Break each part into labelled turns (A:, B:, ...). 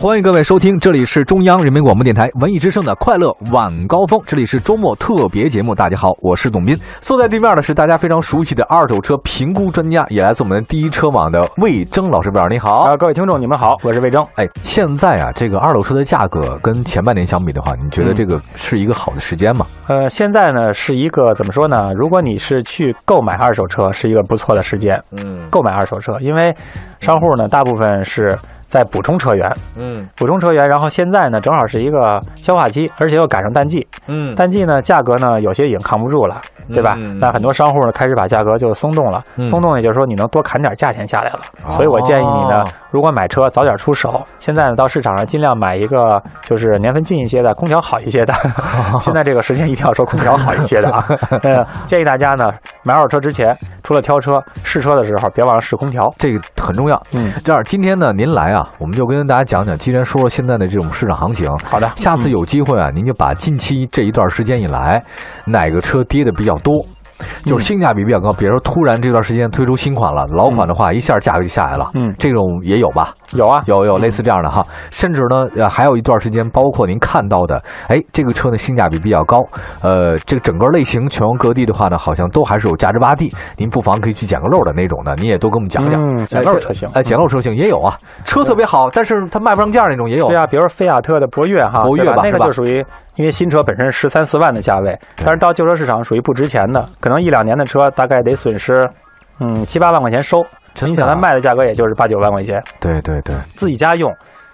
A: 欢迎各位收听，这里是中央人民广播电台文艺之声的快乐晚高峰，这里是周末特别节目。大家好，我是董斌，坐在对面的是大家非常熟悉的二手车评估专家，也来自我们第一车网的魏征老师表。你好，
B: 啊，各位听众，你们好，我是魏征。
A: 哎，现在啊，这个二手车的价格跟前半年相比的话，你觉得这个是一个好的时间吗？
B: 呃，现在呢是一个怎么说呢？如果你是去购买二手车，是一个不错的时间。
A: 嗯
B: 购买二手车，因为商户呢大部分是在补充车源，
A: 嗯
B: 补充车源，然后现在呢正好是一个消化期，而且又赶上淡季，
A: 嗯
B: 淡季呢价格呢有些已经扛不住了，对吧？
A: 嗯
B: 那很多商户呢开始把价格就松动了，
A: 嗯
B: 松动也就是说你能多砍点价钱下来了。
A: 哦
B: 所以我建议你呢，如果买车早点出手，现在呢到市场上尽量买一个就是年份近一些的，空调好 一些的。现在这个时间一定要说空调好一些的啊。呃，建议大家呢买二手车之前，除了挑车试车的时候，别忘了试空调。
A: 这个很重要。
B: 嗯，
A: 这样，今天呢，您来啊，我们就跟大家讲讲，既然说了现在的这种市场行情，
B: 好的，
A: 下次有机会啊，您就把近期这一段时间以来
B: 嗯
A: 哪个车跌的比较多，就是性价比比较高，比如说突然这段时间推出新款了，老款的话一下价格就下来了，
B: 嗯
A: 这种也有吧？
B: 有啊，
A: 有有类似这样的哈，甚至呢，呃，还有一段时间，包括您看到的，哎，这个车呢性价比比较高，呃，这个整个类型全国各地的话呢，好像都还是有价值洼地，您不妨可以去捡个漏的那种的，你也都给我们讲讲。
B: 嗯捡漏车型
A: 哎，捡漏车型也有啊，车特别好，但是它卖不上价那种也有
B: 对。啊，比如说菲亚特的博越哈，
A: 哦博越
B: 对
A: 吧
B: 那
A: 是
B: 个
A: 吧
B: 就属于因为新车本身十三四万的价位，但是到旧车市场属于不值钱的，可能一两年的车大概得损失，嗯七八万块钱收，
A: 真的啊
B: 你想它卖的价格也就是八九万块钱，
A: 对对对，
B: 自己家用。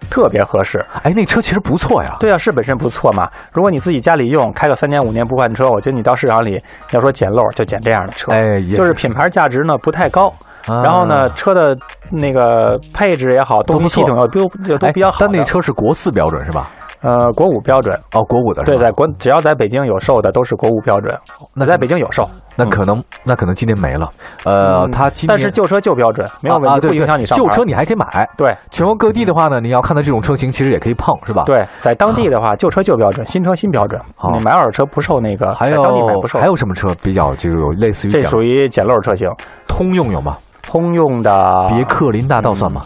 B: 特别合适，
A: 哎，那车其实不错呀。
B: 对啊，是本身不错嘛。如果你自己家里用，开个三年五年不换车，我觉得你到市场里要说捡漏，就捡这样的车，
A: 哎，也
B: 就是品牌价值呢不太高，
A: 啊
B: 然后呢，车的那个配置也好，
A: 都不
B: 动力
A: 错
B: 系统要都要都
A: 哎
B: 比较好的。
A: 但那车是国四标准是吧？
B: 呃国五标准，
A: 哦，国五的是
B: 对，
A: 吧？
B: 在国只要在北京有售的都是国五标准，
A: 那
B: 在北京有售，
A: 那可能那可能今年没了。呃，
B: 嗯
A: 它今
B: 但
A: 年
B: 是旧车旧标准没有
A: 啊啊
B: 问题，
A: 对
B: 不影响你上牌
A: 旧车啊你还可以买。
B: 对
A: 全国各地的话呢，你要看到这种车型，其实也可以碰，是吧？。
B: 对，在当地的话，旧车旧标准，新车新标准
A: 好。
B: 你买二手车不受那个，
A: 还
B: 在当地买
A: 有
B: 不受
A: 还。有什么车比较就有类似于
B: 这
A: 讲
B: 属于捡漏车型，
A: 通用有吗？
B: 通用的
A: 别克林大道算吗？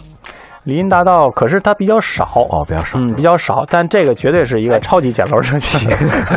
B: 林荫大道，可是它比较少，
A: 哦，比较少。
B: 嗯，比较少，但这个绝对是一个超级捡漏车型。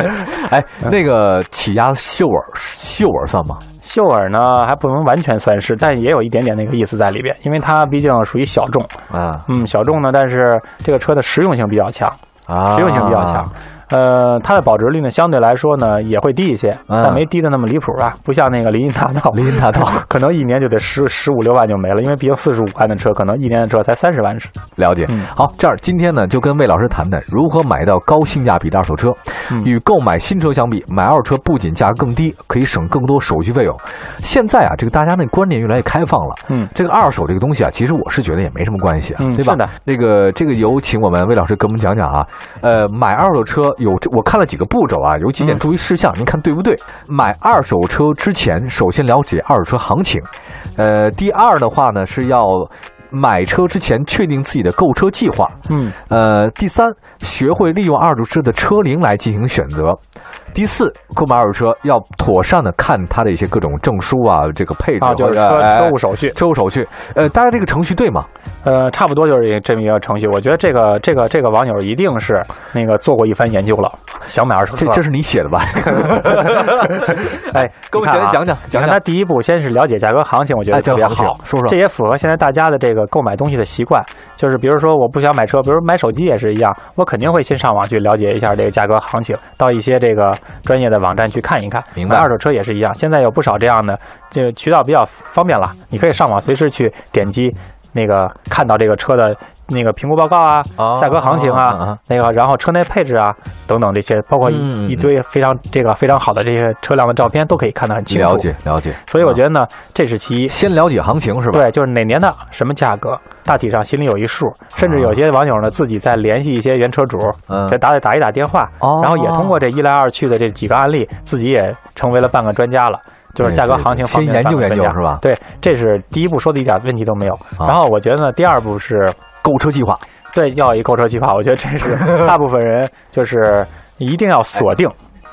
A: 哎，那个起亚秀尔，秀尔算吗？
B: 秀尔呢还不能完全算是，但也有一点点那个意思在里边，因为它毕竟属于小众，
A: 啊
B: 嗯，小众呢，但是这个车的实用性比较强，
A: 啊，
B: 实用性比较强。呃，它的保值率呢，相对来说呢也会低一些，
A: 嗯
B: 但没低的那么离谱啊，不像那个林荫大道，
A: 林荫大 道
B: 可能一年就得十十五六万就没了，因为毕竟四十五万的车，可能一年的车才三十万是。
A: 了解
B: 嗯，
A: 好，这样今天呢，就跟魏老师谈谈如何买到高性价比的二手车。
B: 嗯
A: 与购买新车相比，买二手车不仅价格更低，可以省更多手续费用。现在啊，这个大家那观念越来越开放了。
B: 嗯
A: 这个二手这个东西啊，其实我是觉得也没什么关系啊，
B: 嗯
A: 对吧？
B: 是的
A: 那个这个有请我们魏老师给我们讲讲啊。呃，买二手车有这我看了几个步骤啊，有几点
B: 嗯
A: 注意事项，您看对不对？买二手车之前，首先了解二手车行情。呃，第二的话呢是要。买车之前确定自己的购车计划，
B: 嗯
A: 呃，第三，学会利用二手车的车龄来进行选择。第四，购买二手车要妥善的看它的一些各种证书啊，这个配置
B: 啊，就是
A: 或者
B: 车
A: 哎
B: 车务手续，
A: 车务手续。呃，大家这个程序对吗？
B: 呃，差不多就是这么一个程序。我觉得这个这个这个网友一定是那个做过一番研究了，想买二手车
A: 这。这是你写的吧？
B: 哎，
A: 跟我简
B: 你看
A: 单
B: 啊
A: 讲讲
B: 你
A: 讲
B: 看，
A: 讲
B: 他。第一步先是了解价格行情，我觉
A: 哎
B: 得
A: 价
B: 特
A: 格
B: 别
A: 行情
B: 好，
A: 说说
B: 这也符合现在大家的这个购买东西的习惯。就是比如说，我不想买车，比如买手机也是一样，我肯定会先上网去了解一下这个价格行情，到一些这个专业的网站去看一看。
A: 明白
B: 买二手车也是一样，现在有不少这样的这个渠道比较方便了，你可以上网随时去点击那个看到这个车的那个评估报告啊，
A: 哦
B: 价格行情啊，
A: 嗯嗯
B: 那个然后车内配置啊等等这些，包括一、
A: 嗯
B: 一堆非常这个非常好的这些车辆的照片都可以看得很清楚。
A: 了解了解。
B: 所以我觉得呢，这是其一。
A: 先了解行情啊是吧？啊
B: 对，就是哪年的什么价格，大体上心里有一数。甚至有些网友呢，自己再联系一些原车主，
A: 嗯
B: 再打打一打电话，
A: 哦
B: 然后也通过这一来二去的这几个案例，自己也成为了半个专家了。就是价格行情方
A: 对对对先
B: 面的半个
A: 研究
B: 专家
A: 研究是吧啊
B: 对，这是第一步，说的一点问题都没有。然后我觉得呢，第二步是
A: 购车计划。
B: 对要有一购车计划，我觉得这是大部分人就是一定要锁
A: 哎
B: 定。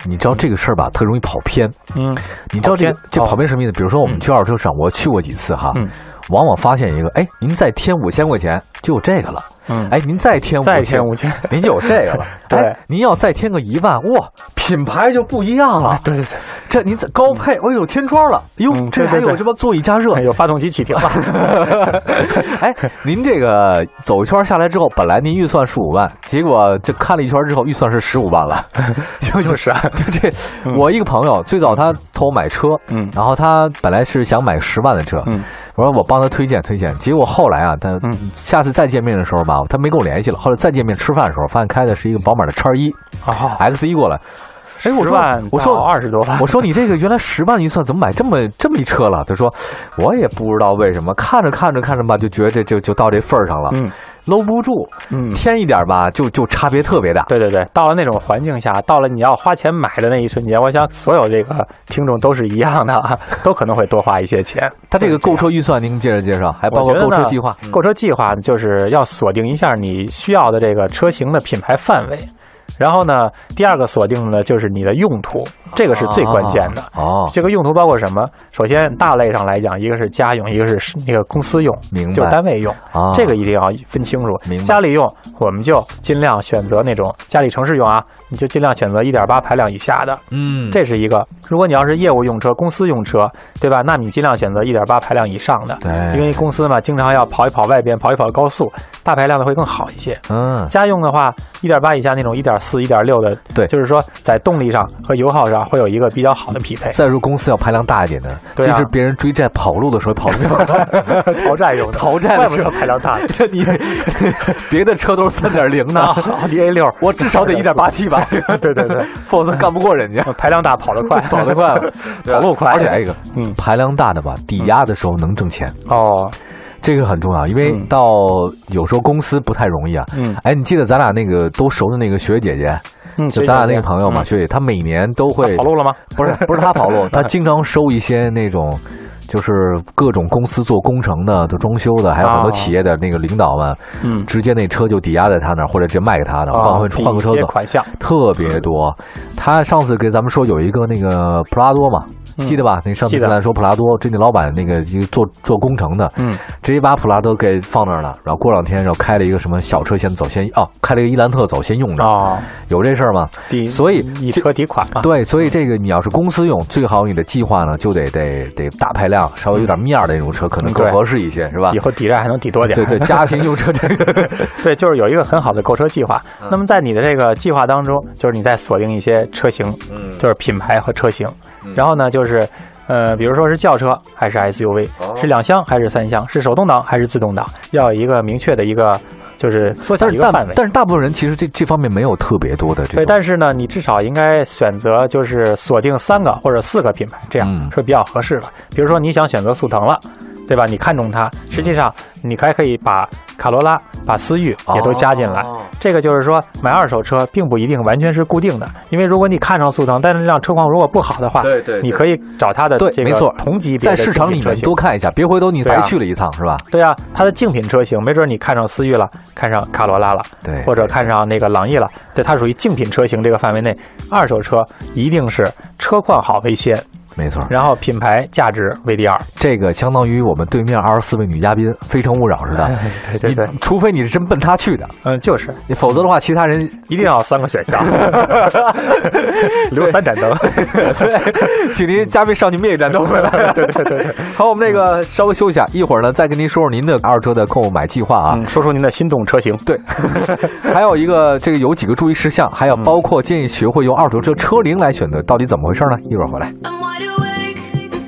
A: 你知道这个事儿吧，特容易跑偏。
B: 嗯
A: 你知道这个
B: 跑偏
A: 这
B: 哦
A: 跑偏什么意思？比如说我们
B: 嗯
A: 去二手车市场，我去过几次哈，
B: 嗯
A: 往往发现一个，哎，您再添五千块钱就有这个了。
B: 嗯
A: 哎，您再添五
B: 再
A: 千
B: 添，五千，
A: 您有这个了。
B: 对
A: 哎，您要再添个一万，哇，品牌就不一样了。
B: 对对对，
A: 这您这高配，哎呦，天窗了，哟，
B: 嗯
A: 这
B: 对
A: 还
B: 对
A: 有
B: 对
A: 什么座椅加热？
B: 有发动机启停了。
A: 哎，您这个走一圈下来之后，本来您预算十五万，结果就看了一圈之后，预算是十五万 了。
B: 就就是啊，
A: 这我一个朋友最早他投我买车，
B: 嗯
A: 然后他本来是想买十万的车，
B: 嗯
A: 我说我帮他推荐推荐，结果后来啊，他
B: 嗯
A: 下次再见面的时候吧，他没跟我联系了。后来再见面吃饭的时候，发现开的是一个宝马的叉一
B: 啊，
A: X 一过来，哎，我
B: 十
A: 说
B: 万
A: 我说
B: 到二十多 万，
A: 我说你这个原来十万预算怎么买这么这么一车了？他说我也不知道为什么，看着看着看着吧，就觉得这就就到这份儿上了，
B: 嗯
A: 搂不住，
B: 嗯，
A: 添一点吧，就就差别特别大。
B: 对对对，到了那种环境下，到了你要花钱买的那一瞬间，我想所有这个听众都是一样的啊，都可能会多花一些钱。
A: 他这个购车预算您介绍介绍，还包括
B: 我觉得
A: 购
B: 呢
A: 车计划。
B: 购车计划就是要锁定一下你需要的这个车型的品牌范围，然后呢，第二个锁定的就是你的用途，这个是最关键的。
A: 哦，
B: 这个用途包括什么？首先，大类上来讲，一个是家用，一个是那个公司用，
A: 明
B: 就是
A: 白
B: 单位用。
A: 啊，
B: 这个一定要分清楚
A: 明白。
B: 家里用，我们就尽量选择那种家里城市用啊，你就尽量选择一点八排量以下的，
A: 嗯，
B: 这是一个。如果你要是业务用车、公司用车，对吧？那你尽量选择一点八排量以上的，因
A: 对，
B: 为公司嘛，经常要跑一跑外边，跑一跑高速，大排量的会更好一些。
A: 嗯，
B: 家用的话，一点八以下那种一点四、一点六的，
A: 对。
B: 就是说在动力上和油耗上会有一个比较好的匹配
A: 再入公司要排量大一点的，
B: 对啊
A: 就是别人追债跑路的时候跑路，
B: 逃债用 的，
A: 逃债
B: 怪
A: 的
B: 不啊
A: 时
B: 得
A: 候，
B: 排量 大。
A: 这你 别的车都是三点 零的
B: 那，奥迪 A 六，
A: 我至少得一点八 T 吧，
B: 对对对，
A: 否则干不过 人家，
B: 排量大，跑得快，
A: 跑得快了，
B: 跑路快
A: 而且还有一个，
B: 嗯
A: 排量大的吧，抵押的时候能挣钱，
B: 哦，
A: 这个很重要，因为
B: 嗯
A: 到有时候公司不太容易啊。
B: 嗯
A: 哎，你记得咱俩那个都熟的那个学姐姐，
B: 嗯，
A: 就咱俩那个朋友嘛，学姐，她每年都会
B: 跑路了吗？
A: 不是不是他跑路，他经常收一些那种，就是各种公司做工程的、做装修的，还有很多
B: 哦
A: 企业的那个领导们，
B: 嗯，啊
A: 直接那车就抵押在他那儿，或者直接卖给他的，换换啊换个车
B: 一些
A: 走，
B: 款项，
A: 特别多。他上次给咱们说有一个那个普拉多嘛，
B: 嗯
A: 记得吧？那上次
B: 记得
A: 跟咱说普拉多，这那老板那个一个做做工程的，
B: 嗯，
A: 直接把普拉多给放那儿了，然后过两天然后开了一个什么小车先走先哦，开了一个伊兰特走先用着，
B: 哦，
A: 有这事儿吗？
B: 抵
A: 啊所以
B: 以车抵款嘛，
A: 对，所以这个你要是公司用，最好你的计划呢就得得得大排量，稍微有点面儿的那种车，可能更
B: 嗯对
A: 合适一些，是吧
B: 以？后抵债还能抵多点
A: 啊对
B: 儿。
A: 对，家庭用车这 个，
B: 对，就是有一个很好的购车计划。
A: 嗯
B: 那么在你的这个计划当中，就是你在锁定一些车型，
A: 嗯
B: 就是品牌和车型
A: 嗯。
B: 然后呢，就是呃，比如说是轿车还是 SUV，
A: 哦
B: 是两厢还是三厢，是手动挡还是自动挡，要有一个明确的一个就是缩小
A: 但
B: 一
A: 是
B: 个范
A: 但
B: 围。
A: 但是大部分人其实这这方面没有特别多的这
B: 对，
A: 种，
B: 但是呢，你至少应该选择就是锁定三个或者四个品牌，这
A: 嗯
B: 样是比较合适的。比如说你想选择速腾了，对吧？你看中它，实际上你还可以把卡罗拉、把思域也都加进来。
A: 哦
B: 这个就是说，买二手车并不一定完全是固定的，因为如果你看上速腾，但是那辆车况如果不好的话，
A: 对对对
B: 你可以找它的
A: 对
B: 这
A: 没
B: 个
A: 错
B: 同级别
A: 在
B: 的
A: 市场里
B: 竞品车
A: 面
B: 型
A: 多看一下，别回头你
B: 对
A: 白
B: 啊
A: 去了一趟，是吧？
B: 对啊，它的竞品车型，没准你看上思域了，看上卡罗拉了，
A: 对，
B: 或者看上那个朗逸了，对，它属于竞品车型这个范围内。二手车一定是车况好为先，
A: 没错，
B: 然后品牌价值为第二。
A: 这个相当于我们对面二十四位女嘉宾《非诚勿扰》似的，
B: 对对对
A: 你，除非你是真奔她去的，
B: 嗯，就是
A: 你否则的话，其他 人
B: 一定要三个选 项，留三盏灯。啊
A: 对，请您嘉宾上去灭一战斗回来。对对对 好，我们那个稍微休息一下，一会儿呢再跟您说说您的二手车的购买计划啊。
B: 嗯，说出您的心动车型。
A: 对， 还有一个这个有几个注意事项，还有包括建议学会用二手车车龄来选择，到底怎么回事呢？一会儿回来。
C: I'm wide awake.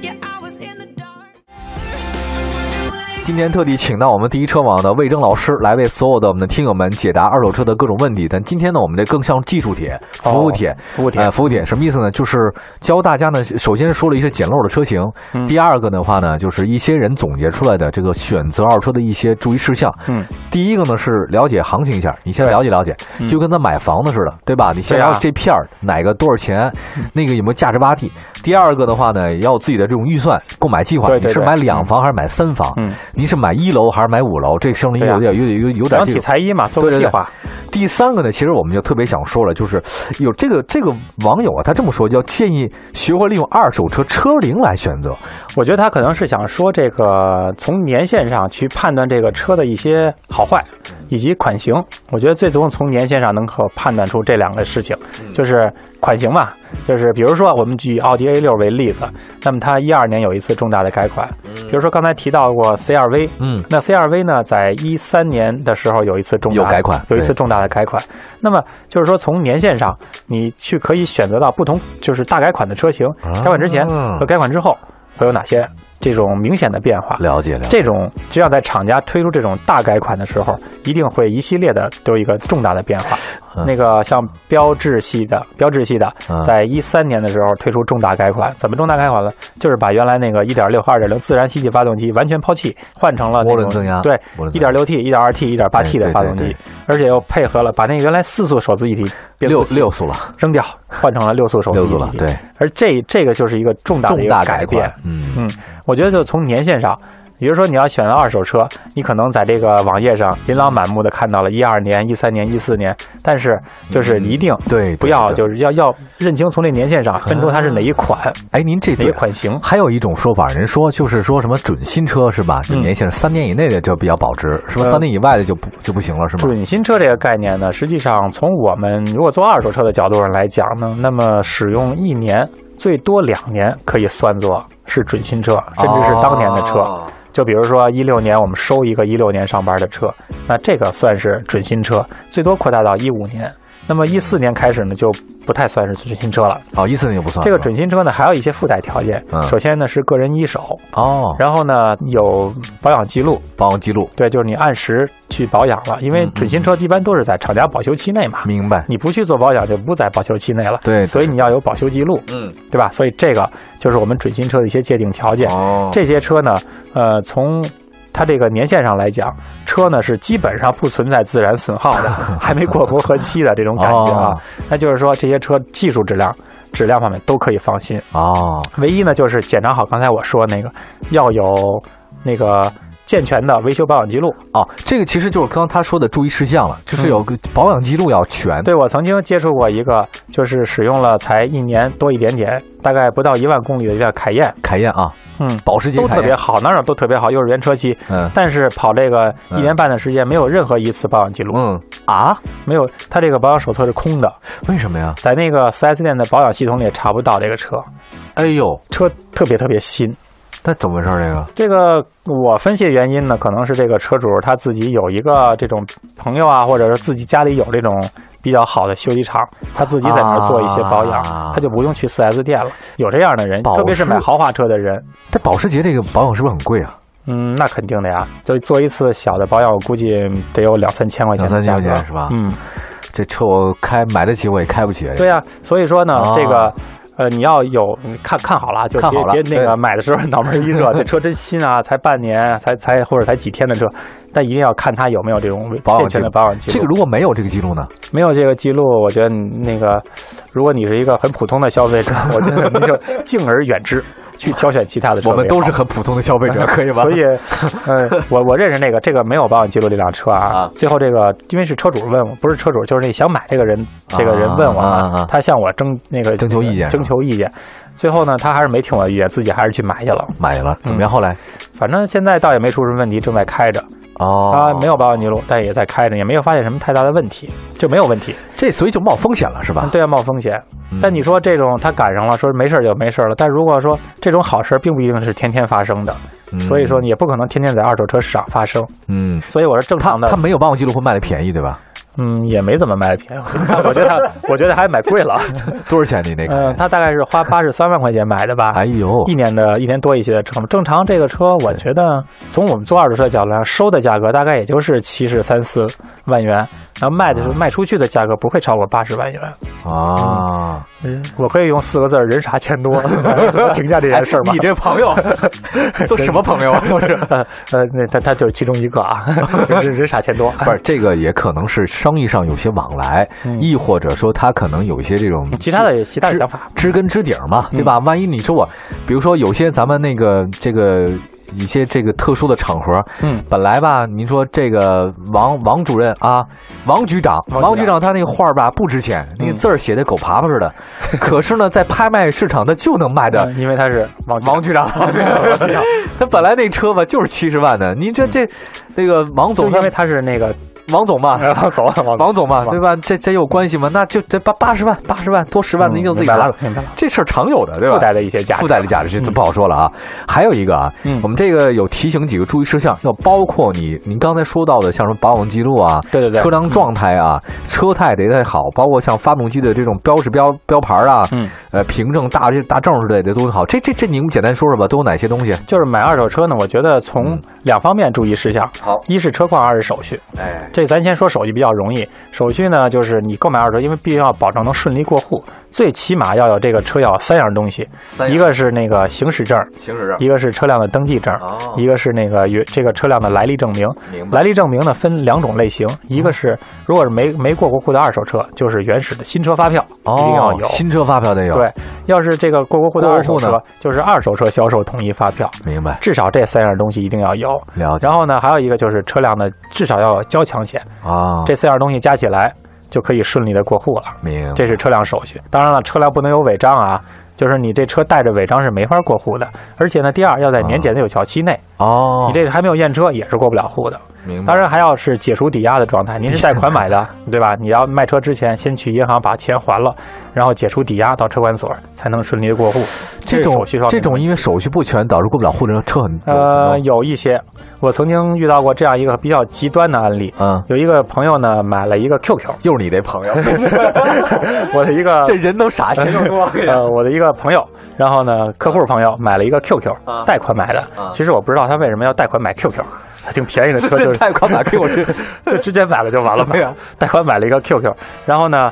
C: Yeah, I was in the dark. Wide awake.
A: 今天特地请到我们第一车网的魏征老师来为所有的我们的听友们解答二手车的各种问题。但今天呢，我们这更像技术帖、服务帖、
B: 哦服务帖
A: 呃服务帖什么意思呢？就是教大家呢，首先说了一些简陋的车型，
B: 嗯
A: 第二个的话呢，就是一些人总结出来的这个选择二手车的一些注意事项。
B: 嗯，
A: 第一个呢是了解行情一下，你先
B: 对嗯
A: 了解了解，就跟咱买房子似的，对吧？你先
B: 对啊嗯
A: 了解这片儿哪个多少钱，那个有没有价值洼地。第二个的话呢，也要有自己的这种预算购买计划，
B: 对对
A: 你是
B: 对
A: 买两房还是买三房？
B: 嗯，
A: 您是买一楼还是买五楼？这声音有点有点有有
B: 然
A: 点这
B: 后体
A: 个。
B: 裁衣嘛，做个
A: 对对
B: 计
A: 对
B: 划。
A: 第三个呢，其实我们就特别想说了，就是有这个这个网友啊，他这么说，叫建议学会利用二手车车龄来选择。
B: 我觉得他可能是想说这个从年限上去判断这个车的一些好坏，以及款型。我觉得最终从年限上能可判断出这两个事情，就是款型嘛，就是比如说我们举奥迪 A 六为例子，那么它一二年有一次重大的改款，比如说刚才提到过 CRV，
A: 嗯，
B: 那 CRV 呢，在一三年的时候有一次重大
A: 有改款
B: 有一次
A: 对
B: 重大的改款。那么就是说，从年限上，你去可以选择到不同，就是大改款的车型，
A: 啊
B: 改款之前和改款之后会有哪些这种明显的变化。
A: 了解了解。
B: 这种只要在厂家推出这种大改款的时候，一定会一系列的都有一个重大的变化。
A: 嗯
B: 那个像标志系的，标志系的
A: 嗯，
B: 在一三年的时候推出重大改款，怎么重大改款呢？就是把原来那个一点六和二点零自然吸气发动机完全抛弃，换成了那
A: 涡轮
B: 种
A: 增压
B: 对
A: 涡轮
B: 一
A: 增压
B: 点六 T、一点二 T、一点八 T
A: 哎对
B: 的发动
A: 对
B: 机
A: 对，
B: 而且又配合了把那原来四速手自一体变速
A: 六
B: 器
A: 六速了，
B: 扔掉，换成了六速手自
A: 六
B: 一体。
A: 速了，对，
B: 而这这个就是一个重大的
A: 重
B: 一个
A: 大款
B: 改变。，
A: 嗯，
B: 嗯，我觉得就从年限上，比如说你要选择二手车，你可能在这个网页上琳琅满目的看到了一二年、一三年、一四年，但是就是一定
A: 嗯对，
B: 不要
A: 是。对
B: 就是要要认清从这年限上分出它是哪一款、
A: 哎，您这
B: 哪一
A: 对。
B: 款型。
A: 还有一种说法，人说就是说什么准新车是吧？就
B: 嗯
A: 年限三年以内的就比较保值，是吧？
B: 呃
A: 三年以外的就不就不行了，是吗？
B: 准新车这个概念呢，实际上从我们如果做二手车的角度上来讲呢，那么使用一年最多两年可以算作是准新车，甚至是当年的车。
A: 哦
B: 就比如说一六年我们收一个一六年上班的车，那这个算是准新车，最多扩大到一五年。那么一四年开始呢，就不太算是准新车了。
A: 哦，一四年就不算
B: 这个
A: 是吧
B: 准新车呢，还有一些附带条件
A: 嗯。
B: 首先呢是个人一手，
A: 哦，
B: 然后呢有保养记录，
A: 保养记录，
B: 对，就是你按时去保养了，因
A: 嗯
B: 为
A: 嗯嗯
B: 准新车一般都是在厂家保修期内嘛，
A: 明白？
B: 你不去做保养就不在保修期内了。
A: 对，
B: 所以你要有保修记录，
A: 嗯，
B: 对吧？所以这个就是我们准新车的一些界定条件。
A: 哦，
B: 这些车呢，呃，从它这个年限上来讲，车呢是基本上不存在自然损耗的，还没过磨合期的这种感觉啊
A: 哦。
B: 那就是说，这些车技术质量、质量方面都可以放心。
A: 哦，
B: 唯一呢，就是检查好刚才我说那个，要有那个健全的维修保养记录。
A: 哦，这个其实就是刚刚他说的注意事项了，就是有个保养记录要全。
B: 嗯对我曾经接触过一个，就是使用了才一年多一点点，大概不到一万公里的一辆凯宴，
A: 凯宴啊，
B: 嗯，
A: 保时捷
B: 都
A: 凯
B: 特别
A: 宴，
B: 好，哪哪都特别好，又是原车漆。
A: 嗯
B: 但是跑这个
A: 嗯
B: 一年半的时间，没有任何一次保养记录，
A: 嗯啊，
B: 没有，它这个保养手册是空的，
A: 为什么呀？
B: 在那个 4S 店的保养系统里也查不到这个车，
A: 哎呦，
B: 车特别特别新。
A: 那怎么回事儿？这个
B: 这个我分析原因呢，可能是这个车主他自己有一个这种朋友啊，或者是自己家里有这种比较好的修理厂，他自己在那儿做一些保养，
A: 啊
B: 他就不用去 4S 店了。有这样的人，
A: 保
B: 特别是
A: 时
B: 买豪华车的人，
A: 这保时捷这个保养是不是很贵啊？
B: 嗯，那肯定的呀，就做一次小的保养，我估计得有两三千块钱
A: 两三
B: 的价
A: 千
B: 格，
A: 块钱是吧？啊
B: 嗯。
A: 这车我开买得起，我也开不起。这个
B: 对呀、啊所以说呢，
A: 哦
B: 这个呃，你要有你看看好了啊，就
A: 看
B: 别
A: 好了
B: 别那
A: 对
B: 个买的时候脑门一 热，这车真新啊，才半年，才才或者才几天的车，但一定要看它有没有这种
A: 保养
B: 健
A: 记
B: 全
A: 录
B: 的保养记录。
A: 这个如果没有这个记录呢？
B: 没有这个记录，我觉得你那个，如果你是一个很普通的消费者，我觉得你就敬而远之，去挑选其他的 车
A: 我
B: 为好。
A: 们都是很普通的消费者，可以吧？
B: 所以，呃，我我认识那个这个没有保养记录这辆车啊。
A: 啊
B: 最后这个因为是车主问我，不是车主，就是那想买这个人，这个人问我，
A: 啊啊啊啊
B: 他向我征那个
A: 征求意见
B: 征求意见。最后呢，他还是没听我的意见，自己还是去买去了。
A: 买了，怎么样？后来
B: 反正现在倒也没出什么问题，正在开着
A: 哦，
B: 啊，没有保养记录，但也在开着，也没有发现什么太大的问题，就没有问题。
A: 这，所以就冒风险了，是吧？
B: 对啊，冒风险。
A: 嗯
B: 但你说这种他赶上了，说没事儿就没事儿了。但如果说这种好事儿并不一定是天天发生的，
A: 嗯
B: 所以说也不可能天天在二手车市场发生。
A: 嗯，
B: 所以我是正
A: 他
B: 常的
A: 他没有保养记录会卖的便宜，对吧？
B: 嗯，也没怎么 卖的便宜，我觉得 我觉得还买贵了。
A: 多少钱？你那
B: 嗯，
A: 个？
B: 他大概是 花八十三万块钱买的吧，
A: 哎呦，
B: 一年的一年多一些的车嘛。正常这个车，我觉得从我们做二手车的角度上，收的价格大概也就是七十三四万元，然后卖的是卖出去的价格不会超过八十万元。
A: 啊！
B: 嗯，我可以用四个字儿“人傻钱多” 评价这件事儿吧。
A: 哎这朋 友都什么朋友啊？都是。
B: 呃呃，那他他就是其中一个啊， 人人傻钱多。
A: 不是，这个也可能是生意上有些往来，
B: 嗯
A: 亦或者说他可能有一些这种
B: 其他的其他的想法，嗯
A: 知根知底儿嘛，对吧？万一你说我，比如说有些咱们那个这个一些这个特殊的场合，
B: 嗯，
A: 本来吧，您说这个王王主任啊，王局长，
B: 王局长嗯
A: 王局长他那个画儿吧不值钱，那个字儿写的狗爬爬似 的，可是呢，在拍卖市场他就能卖的。
B: 啊因为他是王
A: 王局长，
B: 局长
A: 他本来那车吧就是七十万的，您这这，这个王
B: 嗯就
A: 总
B: 因
A: 他
B: 为他是那个啊
A: 王总 嘛，
B: 王总，王
A: 王总嘛，
B: 王
A: 对吧？这这有关系吗？那就这八八十万，八十万多十万的，您就自己
B: 嗯明白
A: 拿
B: 了，，明白了，
A: 这事儿常有的，对吧？
B: 附带的一些价值，
A: 附带的价值，这
B: 嗯
A: 这不好说了啊。还有一个啊，
B: 嗯
A: 我们这个有提醒几个注意事项，要包括你您刚才说到的，像什么保养记录啊。
B: 对对对，
A: 车辆状态啊，车态得得好，包括像发动机的这种标识标标牌啊，
B: 嗯，
A: 呃，凭证大大证之类的都很好。这这这，你们简单说说吧，都有哪些东西？
B: 就是买二手车呢，我觉得从两方面注意事项，
A: 好，
B: 一是车况，二是手续。
A: 哎，
B: 这咱先说手续比较容易，手续呢就是你购买二手车，因为必须要保证能顺利过户，最起码要有这个车要有三样东西，
A: 三
B: 一个是那个行驶证，
A: 行驶证，
B: 一个是车辆的登记证，
A: 哦
B: 一个是那个与这个车辆的来历证明。
A: 明白
B: 来历证明呢分两种类型，一个是如果是没没过过户的二手车，就是原始的新车发票，一定要
A: 哦，
B: 有。
A: 新车发票得有，
B: 对，要是这个过过户的
A: 过过
B: 二手
A: 户呢
B: 车，就是二手车销售统一发票，
A: 明白
B: 至少这三样东西一定要有。
A: 了解
B: 然后呢，还有一个就是车辆的至少要有交强险，
A: 啊，
B: 这四样东西加起来就可以顺利的过户了。
A: 明
B: 这是车辆手续。当然了，车辆不能有违章啊，就是你这车带着违章是没法过户的。而且呢，第二要在年检的有效期内，
A: 哦，
B: 你这还没有验车也是过不了户的。
A: 明白
B: 当然还要是解除抵押的状态，您是贷款买的，对吧？你要卖车之前，先去银行把钱还了，然后解除抵押到车管所，才能顺利的过户。
A: 这
B: 是
A: 种
B: 手续上
A: 这
B: 面
A: 种因为手续不全导致过不了户，这种车很
B: 呃，有一些，我曾经遇到过这样一个比较极端的案例，
A: 嗯，
B: 有一个朋友呢买了一个 QQ，
A: 又是你这 朋友，
B: 我的一 个
A: 这人都傻，钱都 多呀。
B: 呃，我的一个朋友，然后呢，客户朋友买了一个 QQ，
A: 啊
B: 贷款买的
A: 啊。
B: 其实我不知道他为什么要贷款买 QQ，还挺便宜 的车，就是
A: 贷款买 Q 是
B: 就直接买了就完了嘛
A: 对啊。
B: 贷款买了一个 QQ，然后呢，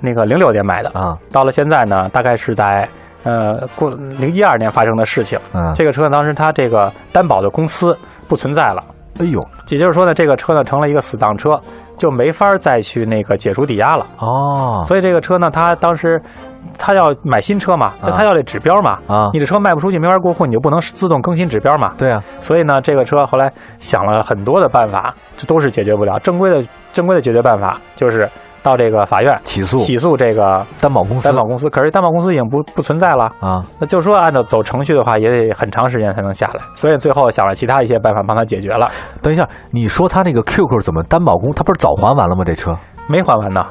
B: 那个零六年买的，
A: 啊，
B: 到了现在呢，大概是在呃过零一二年发生的事情。
A: 嗯，
B: 这个车呢，当时它这个担保的公司不存在了，
A: 哎呦，
B: 也就是说呢，这个车呢成了一个死档车，就没法再去那个解除抵押了。
A: 哦，
B: 所以这个车呢，他当时他要买新车嘛，
A: 啊
B: 他要这指标嘛。
A: 啊，
B: 你这车卖不出去，没法过户，你就不能自动更新指标嘛。
A: 对啊，
B: 所以呢，这个车后来想了很多的办法，这都是解决不了。正规的正规的解决办法就是到这个法院
A: 起诉
B: 起诉这个
A: 担保公司
B: 担保公司，可是担保公司已经不不存在了。
A: 啊，
B: 那就说按照走程序的话，也得很长时间才能下来。所以最后想了其他一些办法帮他解决了，
A: 等一下，你说他那个 QQ 怎么担保公，他不是早还完了吗？这 车
B: 没还完呢，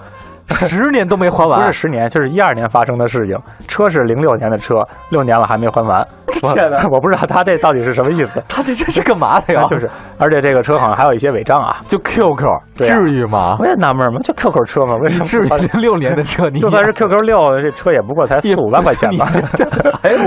A: 十年都没还
B: 不是十年，就是一二年发生的事情。车是零六年的车，六年了还没还完。
A: 天哪。
B: 我 我不知道他这到底是什么意思
A: 哎他这这是干嘛的 呀？
B: 就是，而且这个车好像还有一些违章啊，
A: 就 QQ，
B: 对啊
A: 至于吗
B: 我？也纳闷嘛，就 QQ 车嘛，为什
A: 你
B: 么
A: 至于
B: 发生？
A: 这六年的车，你
B: 就算是 QQ 六，这车也不过才四五万块钱吧，
A: 哎呦，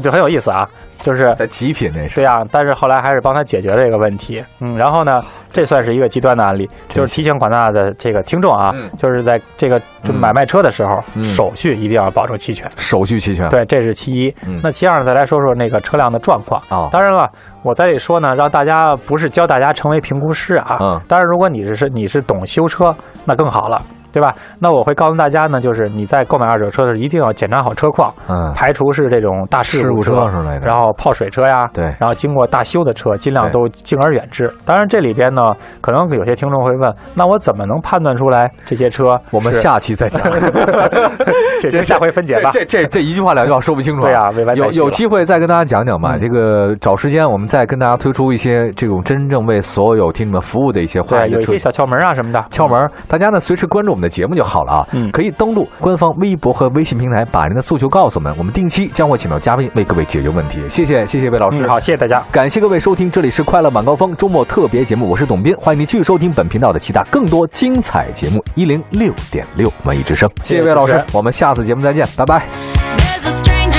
B: 就很有意思啊。就是
A: 在极品那
B: 这
A: 是
B: 样，啊但是后来还是帮他解决了这个问题。嗯，然后呢，这算是一个极端的案例，
A: 真
B: 就是提醒广大的这个听众啊，
A: 嗯
B: 就是在这个就
A: 嗯
B: 买卖车的时候，
A: 嗯
B: 手续一定要保证齐全。
A: 手续齐全，
B: 对，这是其一。
A: 啊嗯
B: 那其二呢，再来说说那个车辆的状况。
A: 哦
B: 当然了，我在这里说呢，让大家不是教大家成为评估师啊。
A: 嗯
B: 当然，如果你是是你是懂修车，那更好了，对吧？那我会告诉大家呢，就是你在购买二手车的时候，一定要检查好车况，
A: 嗯，
B: 排除是这种大事
A: 事故
B: 车
A: 车之类的，
B: 然后泡水车呀，
A: 对
B: 然后经过大修的车，尽量
A: 对
B: 都敬而远之。当然，这里边呢，可能有些听众会问，那我怎么能判断出来这些车是？
A: 我们下期再讲，
B: 这这下回分解吧。
A: 这这这这一句话两句话说不清楚、
B: 对。啊，未完待
A: 有
B: 续
A: 有
B: 了
A: 机会再跟大家讲讲吧，
B: 嗯
A: 这个找时间我们再跟大家推出一些这种真正为所有听众们服务的一些话
B: 对，
A: 语
B: 有
A: 的
B: 一
A: 出
B: 些小窍门啊什么的，
A: 窍门儿，大家呢随时关注我们的节目就好了啊。
B: 嗯
A: 可以登录官方微博和微信平台，把您的诉求告诉我们，我们定期将会请到嘉宾为各位解决问题。谢谢谢谢魏老师，
B: 嗯，好，谢谢大家。
A: 感谢各位收听，这里是快乐晚高峰周末特别节目，我是董斌，欢迎您继续收听本频道的其他更多精彩节目一零六点六文艺之声。谢谢魏老
B: 谢谢
A: 师
B: 主持，
A: 我们下次节目再见，拜拜。
C: There's a stranger